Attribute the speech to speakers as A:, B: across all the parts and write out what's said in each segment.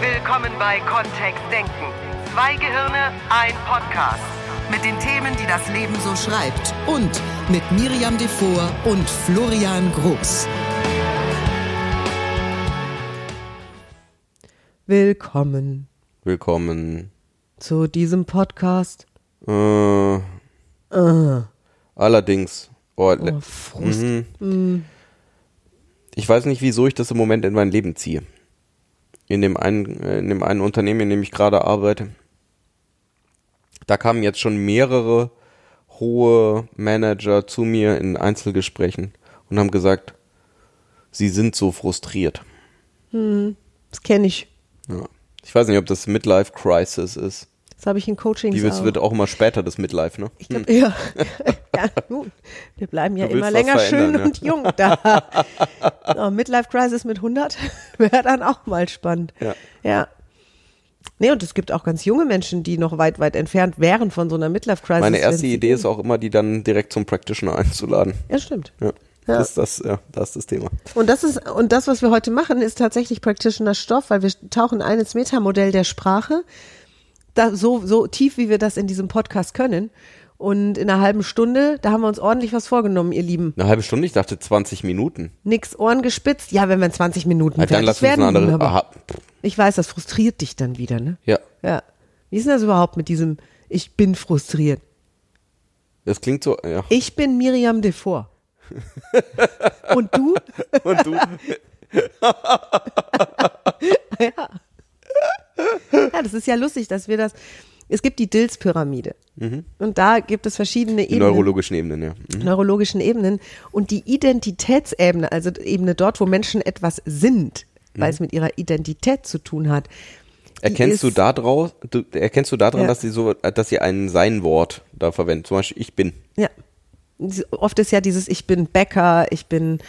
A: Willkommen bei Kontext Denken. Zwei Gehirne, ein Podcast.
B: Mit den Themen, die das Leben so schreibt. Und mit Miriam Devor und Florian Groß.
C: Willkommen
D: Willkommen.
C: zu diesem Podcast.
D: Äh, Allerdings. Oh, le-
C: Äh.
D: Mhm.
C: Oh, Frust. Mhm.
D: Ich weiß nicht, wieso ich das im Moment in mein Leben ziehe. In dem einen, äh, in dem einen Unternehmen, in dem ich gerade arbeite. Da kamen jetzt schon mehrere hohe Manager zu mir in Einzelgesprächen und haben gesagt, sie sind so frustriert.
C: Das kenne ich.
D: Ja. Ich weiß nicht, ob das Midlife Crisis ist.
C: Das habe ich in Coachings
D: Die wird-
C: auch.
D: wird auch immer später das Midlife, ne?
C: ich glaub, ja. ja, nun, wir bleiben ja
D: Du willst
C: immer
D: was
C: länger schön
D: verändern, ja.
C: und jung da. oh, Midlife Crisis mit 100 wäre dann auch mal spannend.
D: Ja.
C: ja. Nee, und es gibt auch ganz junge Menschen, die noch weit, weit entfernt wären von so einer Midlife Crisis.
D: Meine erste
C: wenn sie-
D: Idee ist auch immer, die dann direkt zum Practitioner einzuladen.
C: Ja, stimmt.
D: Ja.
C: Ja.
D: Das, ist das, ja, das ist das Thema.
C: Und das ist, und das, was wir heute machen, ist tatsächlich Practitioner Stoff, weil wir tauchen ein ins Metamodell der Sprache. Da, so, so tief, wie wir das in diesem Podcast können. Und in einer halben Stunde, da haben wir uns ordentlich was vorgenommen, ihr Lieben.
D: Eine halbe Stunde, ich dachte 20 Minuten.
C: Nix Ohren gespitzt. Ja, wenn wir in 20 Minuten
D: Ja, dann
C: fertig
D: lass uns
C: werden.
D: eine andere.
C: wunderbar.
D: Aha.
C: Ich weiß, das frustriert dich dann wieder, ne?
D: Ja,
C: Ja. Wie ist denn das überhaupt mit diesem, ich bin frustriert?
D: das klingt so. Ja.
C: Ich bin Miriam Devor. Und du?
D: Und du?
C: Ja, das ist ja lustig, dass wir das. Es gibt die Dills-Pyramide. Und da gibt es verschiedene
D: Mhm. Die
C: Ebenen,
D: neurologischen Ebenen, ja. Mhm.
C: neurologischen Ebenen. Und die Identitätsebene, also Ebene dort, wo Menschen etwas sind,
D: Mhm.
C: weil es mit ihrer Identität zu tun hat. die
D: Erkennst du
C: ist-
D: da draus, du, erkennst du daran,
C: Ja.
D: dass sie so, dass sie ein Sein-Wort da verwenden? Zum Beispiel, ich bin.
C: Ja. Oft ist ja dieses, ich bin Bäcker, ich bin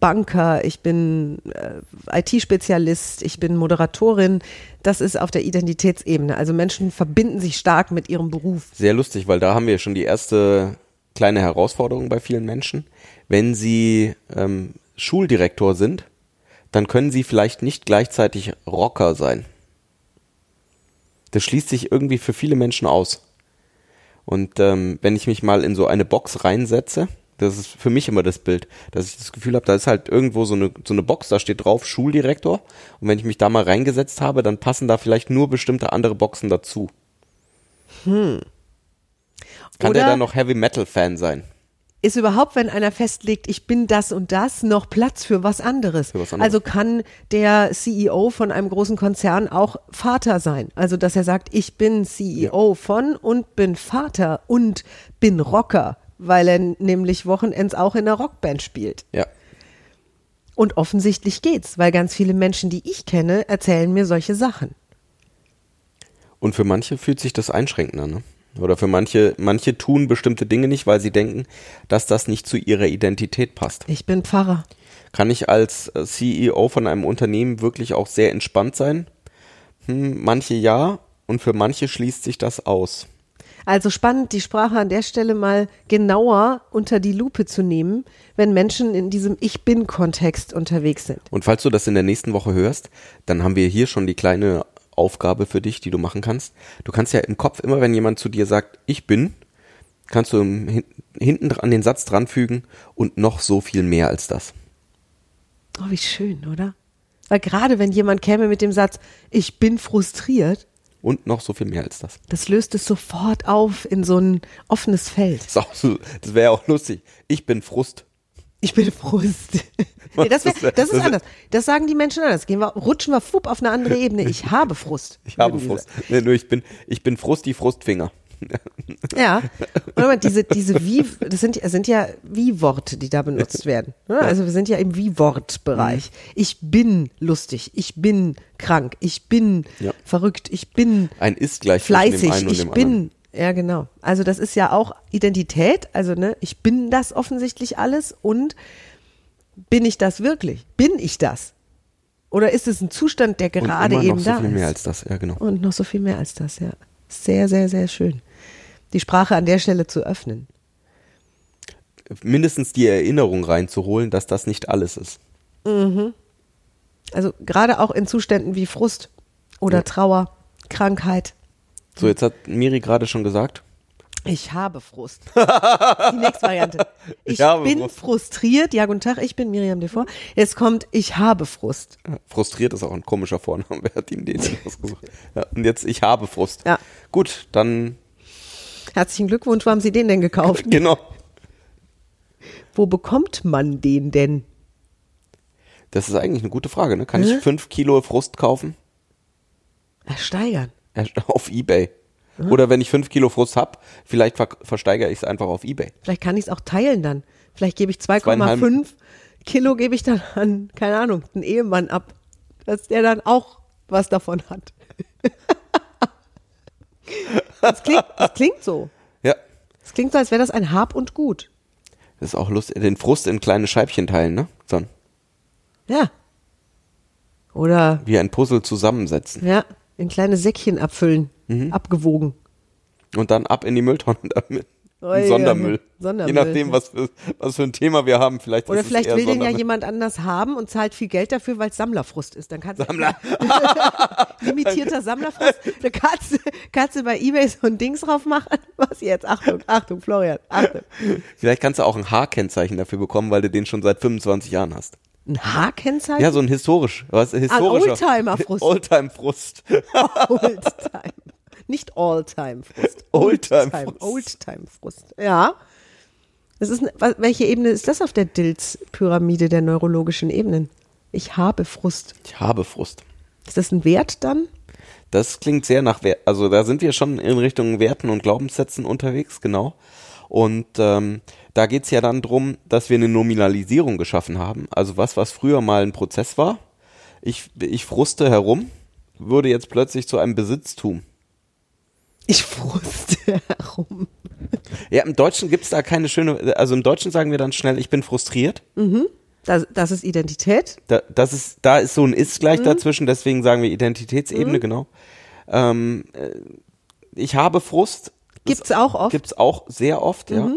C: Banker, ich bin äh, IT-Spezialist, ich bin Moderatorin. Das ist auf der Identitätsebene. Also Menschen verbinden sich stark mit ihrem Beruf.
D: Sehr lustig, weil da haben wir schon die erste kleine Herausforderung bei vielen Menschen. Wenn sie ähm, Schuldirektor sind, dann können sie vielleicht nicht gleichzeitig Rocker sein. Das schließt sich irgendwie für viele Menschen aus. Und ähm, wenn ich mich mal in so eine Box reinsetze, das ist für mich immer das Bild, dass ich das Gefühl habe, da ist halt irgendwo so eine, so eine Box, da steht drauf Schuldirektor. Und wenn ich mich da mal reingesetzt habe, dann passen da vielleicht nur bestimmte andere Boxen dazu. Kann der
C: Oder-
D: dann noch Heavy Metal Fan sein?
C: ist überhaupt, wenn einer festlegt, ich bin das und das, noch Platz für was anderes?
D: was anderes.
C: Also kann der CEO von einem großen Konzern auch Vater sein. Also, dass er sagt, ich bin CEO von und bin Vater und bin Rocker, weil er nämlich Wochenends auch in einer Rockband spielt.
D: Ja.
C: Und offensichtlich geht's, weil ganz viele Menschen, die ich kenne, erzählen mir solche Sachen.
D: Und für manche fühlt sich das einschränkend an. Ne? Oder für manche, manche tun bestimmte Dinge nicht, weil sie denken, dass das nicht zu ihrer Identität passt.
C: Ich bin Pfarrer.
D: Kann ich als äh, CEO von einem Unternehmen wirklich auch sehr entspannt sein? Hm, manche ja und für manche schließt sich das aus.
C: Also spannend, die Sprache an der Stelle mal genauer unter die Lupe zu nehmen, wenn Menschen in diesem Ich bin-Kontext unterwegs sind.
D: Und falls du das in der nächsten Woche hörst, dann haben wir hier schon die kleine Aufgabe für dich, die du machen kannst. Du kannst ja im Kopf immer, wenn jemand zu dir sagt, ich bin, kannst du im, hin, hinten dr- an den Satz dranfügen und noch so viel mehr als das.
C: Oh, wie schön, oder? Weil gerade wenn jemand käme mit dem Satz, ich bin frustriert,
D: Und noch so viel mehr als das.
C: das löst es sofort auf in so ein offenes Feld.
D: Das, ist auch so- das wäre auch lustig. Ich bin Frust.
C: Ich bin Frust. nee, das, wär, das ist anders. Das sagen die Menschen anders. Gehen wir, rutschen wir fupp auf eine andere Ebene. Ich habe Frust.
D: Ich habe
C: würden die
D: Frust. Nee, nur ich bin, ich bin Frust, die Frustfinger.
C: Ja. Und aber diese, diese wie, das sind, das sind ja Wie-Worte, die da benutzt werden. ne? Also wir sind ja im Wie-Wort-Bereich.
D: Mhm.
C: Ich bin lustig, ich bin krank, ich bin
D: Ja.
C: verrückt, ich bin
D: Ein ist gleich zwischen
C: fleißig,
D: dem einen und
C: ich
D: dem
C: bin.
D: anderen.
C: Ja, genau. Also das ist ja auch Identität. Also ne, ich bin das offensichtlich alles und bin ich das wirklich? Bin ich das? Oder ist es ein Zustand,
D: Und
C: der gerade
D: immer noch
C: eben
D: so
C: da
D: viel
C: ist?
D: mehr als das. Ja, genau.
C: Und noch so viel mehr als das, ja. Sehr, sehr, sehr schön. Die Sprache an der Stelle zu öffnen.
D: Mindestens die Erinnerung reinzuholen, dass das nicht alles ist.
C: Also gerade auch in Zuständen wie Frust oder Trauer, Krankheit.
D: So, jetzt hat Miri gerade schon gesagt.
C: Ich habe Frust. Die nächste Variante. Ich,
D: Ich habe
C: bin
D: Frust.
C: frustriert. Ja, guten Tag, ich bin Miriam Devor. Jetzt kommt, ich habe Frust.
D: äh, Frustriert ist auch ein komischer Vorname. Wer hat ihm den denn ausgesucht? Ja, und jetzt, ich habe Frust.
C: Ja.
D: Gut, dann,
C: Herzlichen Glückwunsch, wo haben Sie den denn gekauft?
D: genau.
C: Wo bekommt man den denn?
D: Das ist eigentlich eine gute Frage, ne? Kann
C: Hä?
D: ich fünf Kilo Frust kaufen?
C: Ersteigern.
D: Erst Auf Ebay. Oder wenn ich fünf Kilo Frust habe, vielleicht ver versteigere ich es einfach auf Ebay.
C: Vielleicht kann ich es auch teilen dann. Vielleicht gebe ich
D: Zweieinhalb.
C: 2,5 Kilo gebe ich dann an, keine Ahnung, einen Ehemann ab, dass der dann auch was davon hat. das, klingt, das klingt so.
D: Ja.
C: Das klingt so, als wäre das ein Hab und Gut.
D: Das ist auch lustig. Den Frust in kleine Scheibchen teilen, ne? Dann
C: Ja. Oder
D: wie ein Puzzle zusammensetzen.
C: ja, in kleine Säckchen abfüllen,
D: Mhm.
C: abgewogen.
D: Und dann ab in die Mülltonne damit.
C: Oh ja,
D: Ein Sondermüll.
C: Sondermüll.
D: Je nachdem, was für, was für ein Thema wir haben. Vielleicht
C: Oder
D: ist es
C: vielleicht
D: eher
C: will den ja
D: Sondermüll.
C: jemand anders haben und zahlt viel Geld dafür, weil es Sammlerfrust ist. Dann kannst du-
D: Sammler.
C: limitierter Sammlerfrust. Eine Katze, Katze bei Ebay so ein Dings drauf machen. Was jetzt? Achtung, Achtung, Florian, Achtung.
D: Vielleicht kannst du auch ein Haarkennzeichen dafür bekommen, weil du den schon seit 25 Jahren hast.
C: Ein Haarkennzeichen?
D: Ja, so ein historisch. Was, historischer.
C: Oldtimer-Frust.
D: Oldtimer-Frust.
C: Oldtime. Nicht Alltime-Frust.
D: Oldtime-Frust.
C: Oldtime-Frust. Ja. Das ist, ein- wa- welche Ebene ist das auf der Dilz-Pyramide der neurologischen Ebenen? Ich habe Frust.
D: Ich habe Frust.
C: Ist das ein Wert dann?
D: Das klingt sehr nach Wert. Also da sind wir schon in Richtung Werten und Glaubenssätzen unterwegs, genau. Und ähm, da geht's ja dann drum, dass wir eine Nominalisierung geschaffen haben. Also was, was früher mal ein Prozess war, ich, ich fruste herum, würde jetzt plötzlich zu einem Besitztum.
C: Ich fruste herum.
D: Ja, im Deutschen gibt's da keine schöne, also im Deutschen sagen wir dann schnell, ich bin frustriert.
C: Das, das ist Identität.
D: Da, das ist, da ist so ein Ist gleich dazwischen, deswegen sagen wir Identitätsebene, genau. Ähm, äh, ich habe Frust. Das
C: Gibt's auch oft.
D: Gibt's auch sehr oft, ja.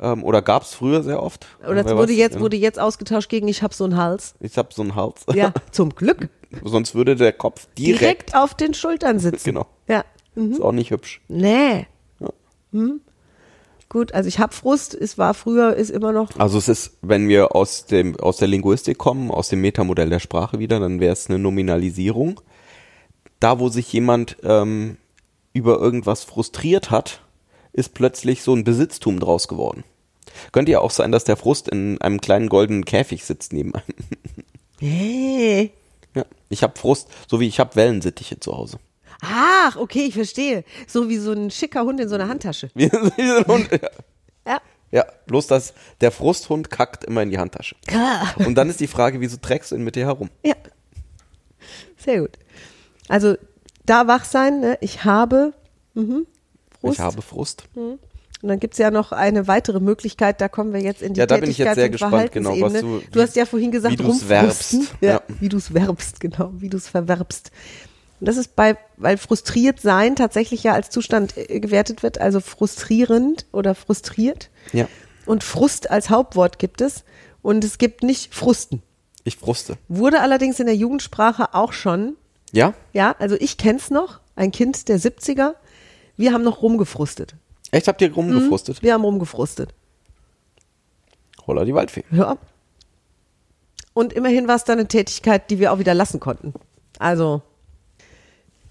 D: Ähm, oder gab's früher sehr oft.
C: Oder es
D: Wer
C: wurde
D: weiß,
C: jetzt,
D: ja.
C: wurde jetzt ausgetauscht gegen ich habe so einen Hals.
D: Ich hab so einen Hals.
C: Ja, zum Glück.
D: Sonst würde der Kopf direkt.
C: Direkt, Mhm. auf den Schultern sitzen.
D: Genau.
C: Ja.
D: Ist auch nicht hübsch.
C: Nee.
D: Ja.
C: Hm. Gut, also ich habe Frust, es war früher, ist immer noch.
D: Also es ist, wenn wir aus dem aus der Linguistik kommen, aus dem Metamodell der Sprache wieder, dann wäre es eine Nominalisierung. Da, wo sich jemand ähm, über irgendwas frustriert hat, ist plötzlich so ein Besitztum draus geworden. Könnte ja auch sein, dass der Frust in einem kleinen goldenen Käfig sitzt neben einem.
C: Nee.
D: Ja, ich habe Frust, so wie ich habe Wellensittiche zu Hause.
C: Ach, okay, ich verstehe. So wie so ein schicker Hund in so einer Handtasche.
D: Wie wie so ein Hund. Ja.
C: Ja.
D: ja, bloß dass der Frusthund kackt immer in die Handtasche. Und dann ist die Frage, wieso trägst du ihn mit dir herum?
C: Ja. Sehr gut. Also da wach sein, ne? ich habe mhm, Frust. Hm.
D: Ich habe Frust.
C: Und dann gibt's ja noch eine weitere Möglichkeit, da kommen wir jetzt in die
D: Ja, da bin ich jetzt
C: Tätigkeits-
D: sehr
C: und
D: gespannt, genau, was
C: Verhaltensebene.
D: du-
C: du hast ja vorhin gesagt,
D: wie du's
C: rumfrusten.
D: werbst.
C: Ja,
D: Ja.
C: Wie du es werbst, genau, wie du es verwerbst. Und das ist bei, weil frustriert sein tatsächlich ja als Zustand äh, gewertet wird, also frustrierend oder frustriert.
D: Ja.
C: Und Frust als Hauptwort gibt es. Und es gibt nicht Frusten.
D: Ich fruste.
C: Wurde allerdings in der Jugendsprache auch schon
D: Ja?
C: ja, also ich kenn's noch, ein Kind der 70er. Wir haben noch rumgefrustet.
D: Echt, habt ihr rumgefrustet?
C: Wir haben rumgefrustet. Hm.
D: Holla die Waldfee.
C: Ja. Und immerhin war es dann eine Tätigkeit, die wir auch wieder lassen konnten. Also,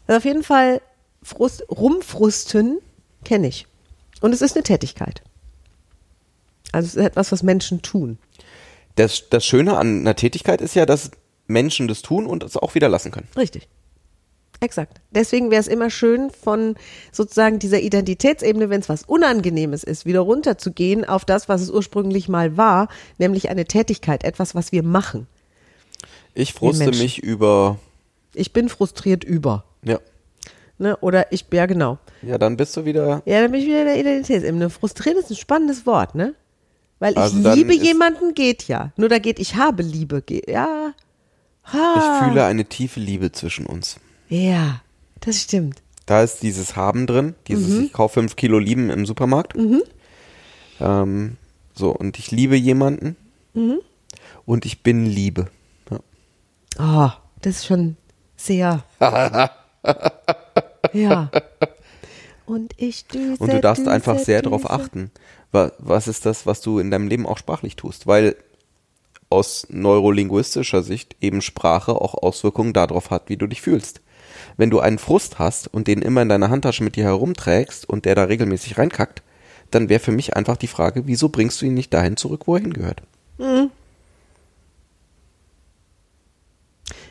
C: also auf jeden Fall Frust, rumfrusten kenne ich. Und es ist eine Tätigkeit. Also es ist etwas, was Menschen tun.
D: Das, das Schöne an einer Tätigkeit ist ja, dass Menschen das tun und es auch wieder lassen können.
C: Richtig. Exakt. Deswegen wäre es immer schön, von sozusagen dieser Identitätsebene, wenn es was Unangenehmes ist, wieder runterzugehen auf das, was es ursprünglich mal war, nämlich eine Tätigkeit, etwas, was wir machen.
D: Ich fruste
C: Menschen.
D: mich über.
C: Ich bin frustriert über.
D: Ja.
C: Ne? Oder ich, ja genau.
D: Ja, dann bist du wieder.
C: Ja, dann bin ich wieder in der Identitätsebene. Frustriert ist ein spannendes Wort, ne? Weil ich
D: Also dann
C: liebe
D: ist-
C: jemanden geht ja. Nur da geht, ich habe Liebe, geht, ja. Ha.
D: Ich fühle eine tiefe Liebe zwischen uns.
C: Ja, das stimmt.
D: Da ist dieses Haben drin, dieses ich kaufe fünf Kilo Lieben im Supermarkt. Ähm, so, und ich liebe jemanden. Mhm. Und ich bin Liebe. Ja.
C: Oh, das ist schon Sehr. ja. Und ich düse,
D: Und du darfst
C: düse,
D: einfach sehr
C: düse.
D: darauf achten. Wa- Was ist das, was du in deinem Leben auch sprachlich tust? Weil aus neurolinguistischer Sicht eben Sprache auch Auswirkungen darauf hat, wie du dich fühlst. Wenn du einen Frust hast und den immer in deiner Handtasche mit dir herumträgst und der da regelmäßig reinkackt, dann wäre für mich einfach die Frage, wieso bringst du ihn nicht dahin zurück, wo er hingehört?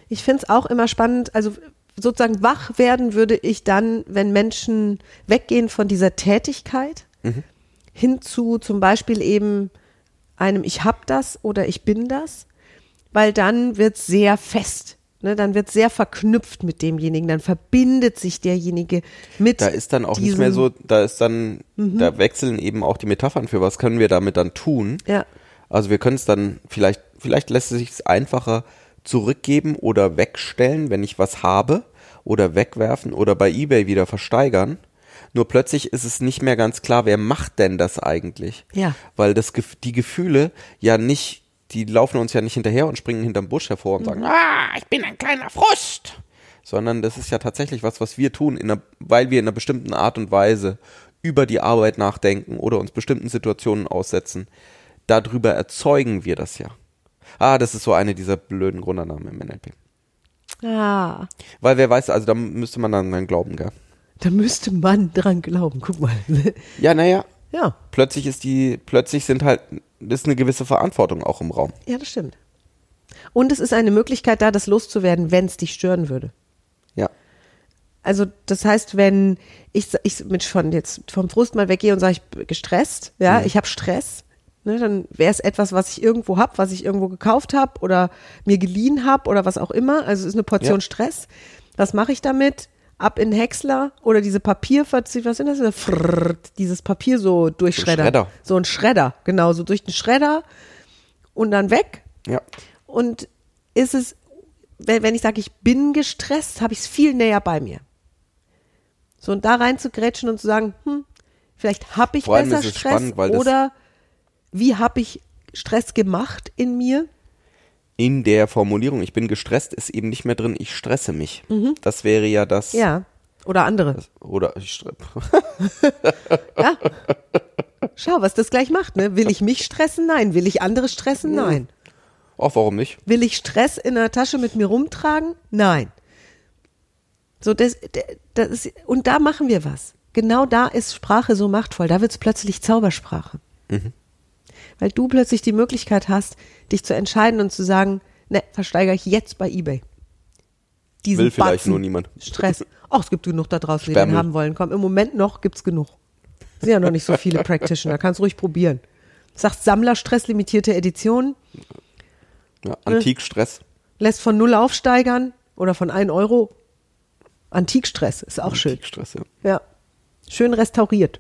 C: Ich finde es auch immer spannend, also sozusagen wach werden würde ich dann, wenn Menschen weggehen von dieser Tätigkeit
D: Mhm.
C: hin zu zum Beispiel eben einem Ich hab das oder ich bin das, weil dann wird es sehr fest. Ne, dann wird sehr verknüpft mit demjenigen, dann verbindet sich derjenige mit.
D: Da ist dann auch nicht mehr
C: diesem-
D: so, da ist dann,
C: Mhm.
D: da wechseln eben auch die Metaphern für, was können wir damit dann tun?
C: Ja.
D: Also wir können es dann vielleicht, vielleicht lässt es sich einfacher zurückgeben oder wegstellen, wenn ich was habe, oder wegwerfen oder bei eBay wieder versteigern. Nur plötzlich ist es nicht mehr ganz klar, wer macht denn das eigentlich?
C: Ja.
D: Weil das, Gef- die Gefühle ja nicht, die laufen uns ja nicht hinterher und springen hinterm Busch hervor
C: Mhm.
D: und sagen, ah, ich bin ein kleiner Frust. Sondern das ist ja tatsächlich was, was wir tun, in einer, weil wir in einer bestimmten Art und Weise über die Arbeit nachdenken oder uns bestimmten Situationen aussetzen. Darüber erzeugen wir das ja. Ah, das ist so eine dieser blöden Grundannahmen im NLP.
C: Ah,
D: Weil wer weiß, also da müsste man dann dran glauben, gell?
C: da müsste man dran glauben. Guck mal.
D: Ja, naja,
C: ja,
D: plötzlich ist die, plötzlich sind halt, ist eine gewisse Verantwortung auch im Raum.
C: ja, das stimmt. Und es ist eine Möglichkeit da, das loszuwerden, wenn es dich stören würde.
D: Ja.
C: Also das heißt, wenn ich, ich mit von jetzt vom Frust mal weggehe und sage, ich bin gestresst, ja, ich habe Stress, ne, dann wäre es etwas, was ich irgendwo habe, was ich irgendwo gekauft habe oder mir geliehen habe oder was auch immer. Also es ist eine Portion
D: Ja.
C: Stress. Was mache ich damit? Ab in Häcksler oder diese Papierverzieh, was sind das? Frrrr, dieses Papier so durchschreddern.
D: Schredder.
C: So ein Schredder, genau, so durch den Schredder und dann weg.
D: Ja.
C: Und ist es, wenn, wenn ich sage, ich bin gestresst, habe ich es viel näher bei mir. So und da rein zu grätschen und zu sagen, hm, vielleicht habe ich
D: Vor allem
C: besser
D: ist es
C: Stress
D: spannend, weil das-
C: oder wie habe ich Stress gemacht in mir?
D: In der Formulierung, ich bin gestresst, ist eben nicht mehr drin, ich stresse mich. Das wäre ja das.
C: Ja. Oder andere.
D: Oder ich stre-
C: Schau, was das gleich macht, ne? Will ich mich stressen? Nein. Will ich andere stressen? Nein.
D: Ach, Oh, warum nicht?
C: Will ich Stress in der Tasche mit mir rumtragen? Nein. So das, das ist, und da machen wir was. Genau da ist Sprache so machtvoll. Da wird es plötzlich Zaubersprache.
D: Mhm.
C: Weil du plötzlich die Möglichkeit hast, dich zu entscheiden und zu sagen, ne, versteigere ich jetzt bei Ebay. Diesen
D: Will vielleicht nur niemand.
C: Stress. Ach, es gibt genug da draußen, die
D: Sperrmüll.
C: den haben wollen. Komm, im Moment noch gibt's genug. Sind ja noch nicht so viele Practitioner. Kannst ruhig probieren. Sagst Sammlerstress, limitierte Edition
D: Ja, Antikstress.
C: lässt von null aufsteigern oder von 1 Euro. Antikstress ist auch schön.
D: Antikstress, ja.
C: Ja. Schön restauriert.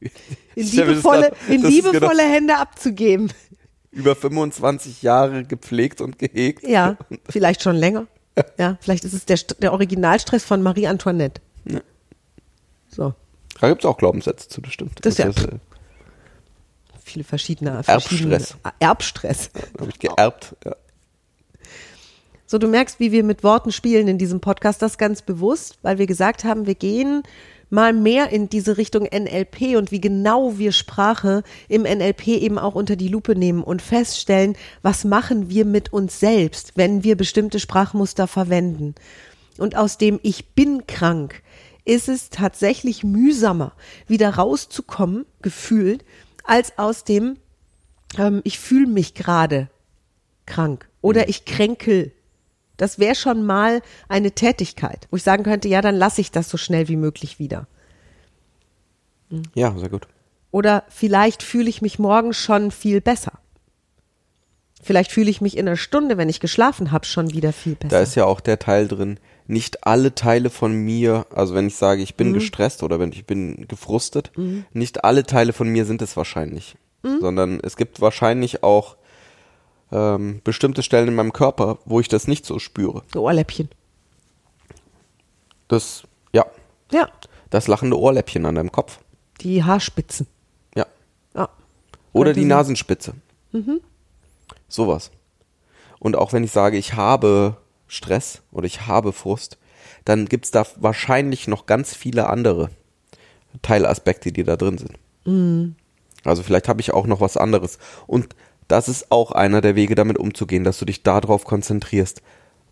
C: In
D: Ich stell mir das
C: liebevolle,
D: grad-
C: in
D: das ist genau
C: liebevolle Hände abzugeben.
D: Über 25 Jahre gepflegt und gehegt.
C: Ja, vielleicht schon länger. Ja, vielleicht ist es der, St- der Originalstress von Marie Antoinette. So,
D: Da gibt es auch Glaubenssätze zu, das stimmt.
C: Das ist ja-
D: äh,
C: viele verschiedene.
D: Erbstress.
C: Verschiedene, Erbstress.
D: habe ich geerbt. Ja.
C: So, du merkst, wie wir mit Worten spielen in diesem Podcast, das ganz bewusst, weil wir gesagt haben, wir gehen mal mehr in diese Richtung NLP und wie genau wir Sprache im NLP eben auch unter die Lupe nehmen und feststellen, was machen wir mit uns selbst, wenn wir bestimmte Sprachmuster verwenden. Und aus dem Ich bin krank ist es tatsächlich mühsamer, wieder rauszukommen, gefühlt, als aus dem ähm, Ich fühle mich gerade krank oder ich kränkel. Das wäre schon mal eine Tätigkeit, wo ich sagen könnte, ja, dann lasse ich das so schnell wie möglich wieder.
D: ja, sehr gut.
C: Oder vielleicht fühle ich mich morgen schon viel besser. Vielleicht fühle ich mich in einer Stunde, wenn ich geschlafen habe, schon wieder viel besser.
D: Da ist ja auch der Teil drin, nicht alle Teile von mir, also wenn ich sage, ich
C: Mhm.
D: bin gestresst oder wenn ich bin gefrustet, nicht alle Teile von mir sind es wahrscheinlich,
C: Mhm.
D: sondern es gibt wahrscheinlich auch ähm, bestimmte Stellen in meinem Körper, wo ich das nicht so spüre.
C: Ohrläppchen.
D: Das, ja,
C: Ja,
D: das lachende Ohrläppchen an deinem Kopf,
C: die Haarspitzen.
D: ja,
C: Ja.
D: oder
C: Könnte
D: die
C: sein. Mhm.
D: Nasenspitze, sowas. Und auch wenn ich sage, ich habe Stress oder ich habe Frust, dann gibt es da wahrscheinlich noch ganz viele andere Teilaspekte, die da drin sind.
C: Mhm.
D: Also vielleicht habe ich auch noch was anderes. Und das ist auch einer der Wege, damit umzugehen, dass du dich darauf konzentrierst.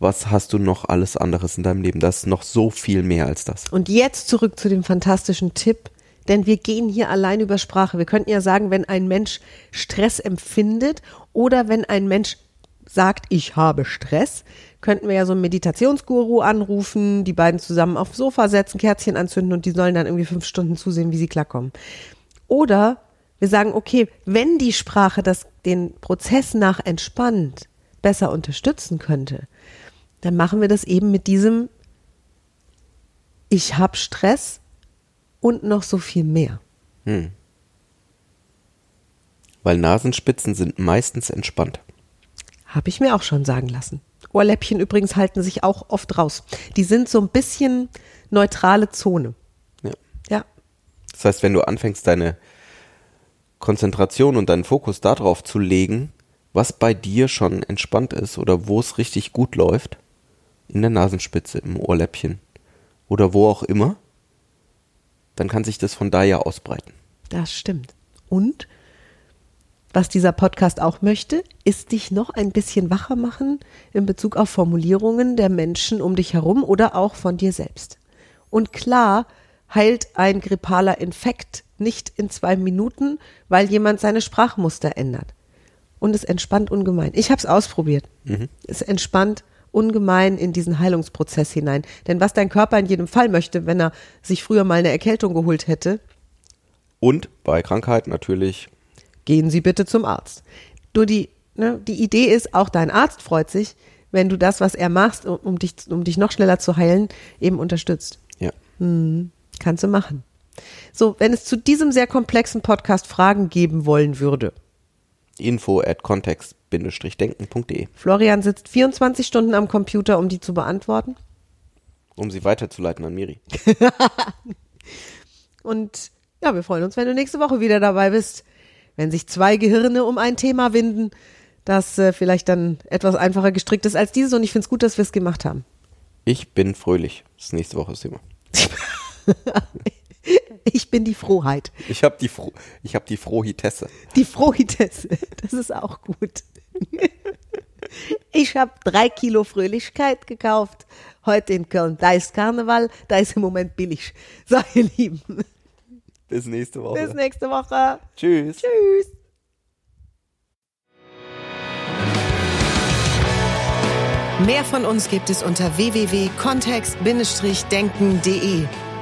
D: Was hast du noch alles anderes in deinem Leben? Das ist noch so viel mehr als das.
C: Und jetzt zurück zu dem fantastischen Tipp, denn wir gehen hier allein über Sprache. Wir könnten ja sagen, wenn ein Mensch Stress empfindet oder wenn ein Mensch sagt, ich habe Stress, könnten wir ja so einen Meditationsguru anrufen, die beiden zusammen aufs Sofa setzen, Kerzchen anzünden und die sollen dann irgendwie fünf Stunden zusehen, wie sie klarkommen. Oder wir sagen, okay, wenn die Sprache das, den Prozess nach entspannt besser unterstützen könnte, dann machen wir das eben mit diesem Ich hab Stress und noch so viel mehr.
D: Weil Nasenspitzen sind meistens entspannt.
C: Habe ich mir auch schon sagen lassen. Ohrläppchen übrigens halten sich auch oft raus. Die sind so ein bisschen neutrale Zone.
D: Ja.
C: Ja,
D: Das heißt, wenn du anfängst, deine Konzentration und deinen Fokus darauf zu legen, was bei dir schon entspannt ist oder wo es richtig gut läuft, in der Nasenspitze, im Ohrläppchen oder wo auch immer, dann kann sich das von da ja ausbreiten.
C: das stimmt. Und was dieser Podcast auch möchte, ist dich noch ein bisschen wacher machen in Bezug auf Formulierungen der Menschen um dich herum oder auch von dir selbst. Und klar heilt ein grippaler Infekt nicht in zwei Minuten, weil jemand seine Sprachmuster ändert. Und es entspannt ungemein. Ich habe es ausprobiert. Es entspannt ungemein in diesen Heilungsprozess hinein. Denn was dein Körper in jedem Fall möchte, wenn er sich früher mal eine Erkältung geholt hätte,
D: Und bei Krankheit natürlich,
C: gehen Sie bitte zum Arzt. Nur die, ne, die Idee ist, auch dein Arzt freut sich, wenn du das, was er macht, um, um, dich, um dich noch schneller zu heilen, eben unterstützt.
D: ja.
C: Hm, kannst du machen. So, wenn es zu diesem sehr komplexen Podcast Fragen geben wollen würde.
D: Info at kontext-denken.de,
C: Florian sitzt 24 Stunden am Computer, um die zu beantworten.
D: um sie weiterzuleiten an Miri.
C: Und ja, wir freuen uns, wenn du nächste Woche wieder dabei bist. Wenn sich zwei Gehirne um ein Thema winden, das äh, vielleicht dann etwas einfacher gestrickt ist als dieses. Und ich finde es gut, dass wir es gemacht haben.
D: Ich bin fröhlich. Das ist nächste Woche das Thema.
C: Ich bin die Frohheit.
D: Ich habe die, Fro ich hab die Frohitesse.
C: Die Frohitesse. Das ist auch gut. Ich habe drei Kilo Fröhlichkeit gekauft. Heute in Köln. Da ist Karneval, da ist im Moment billig. So, ihr Lieben,
D: Bis nächste Woche.
C: bis nächste Woche.
D: Tschüss.
C: Tschüss.
B: Mehr von uns gibt es unter www.kontext-denken.de.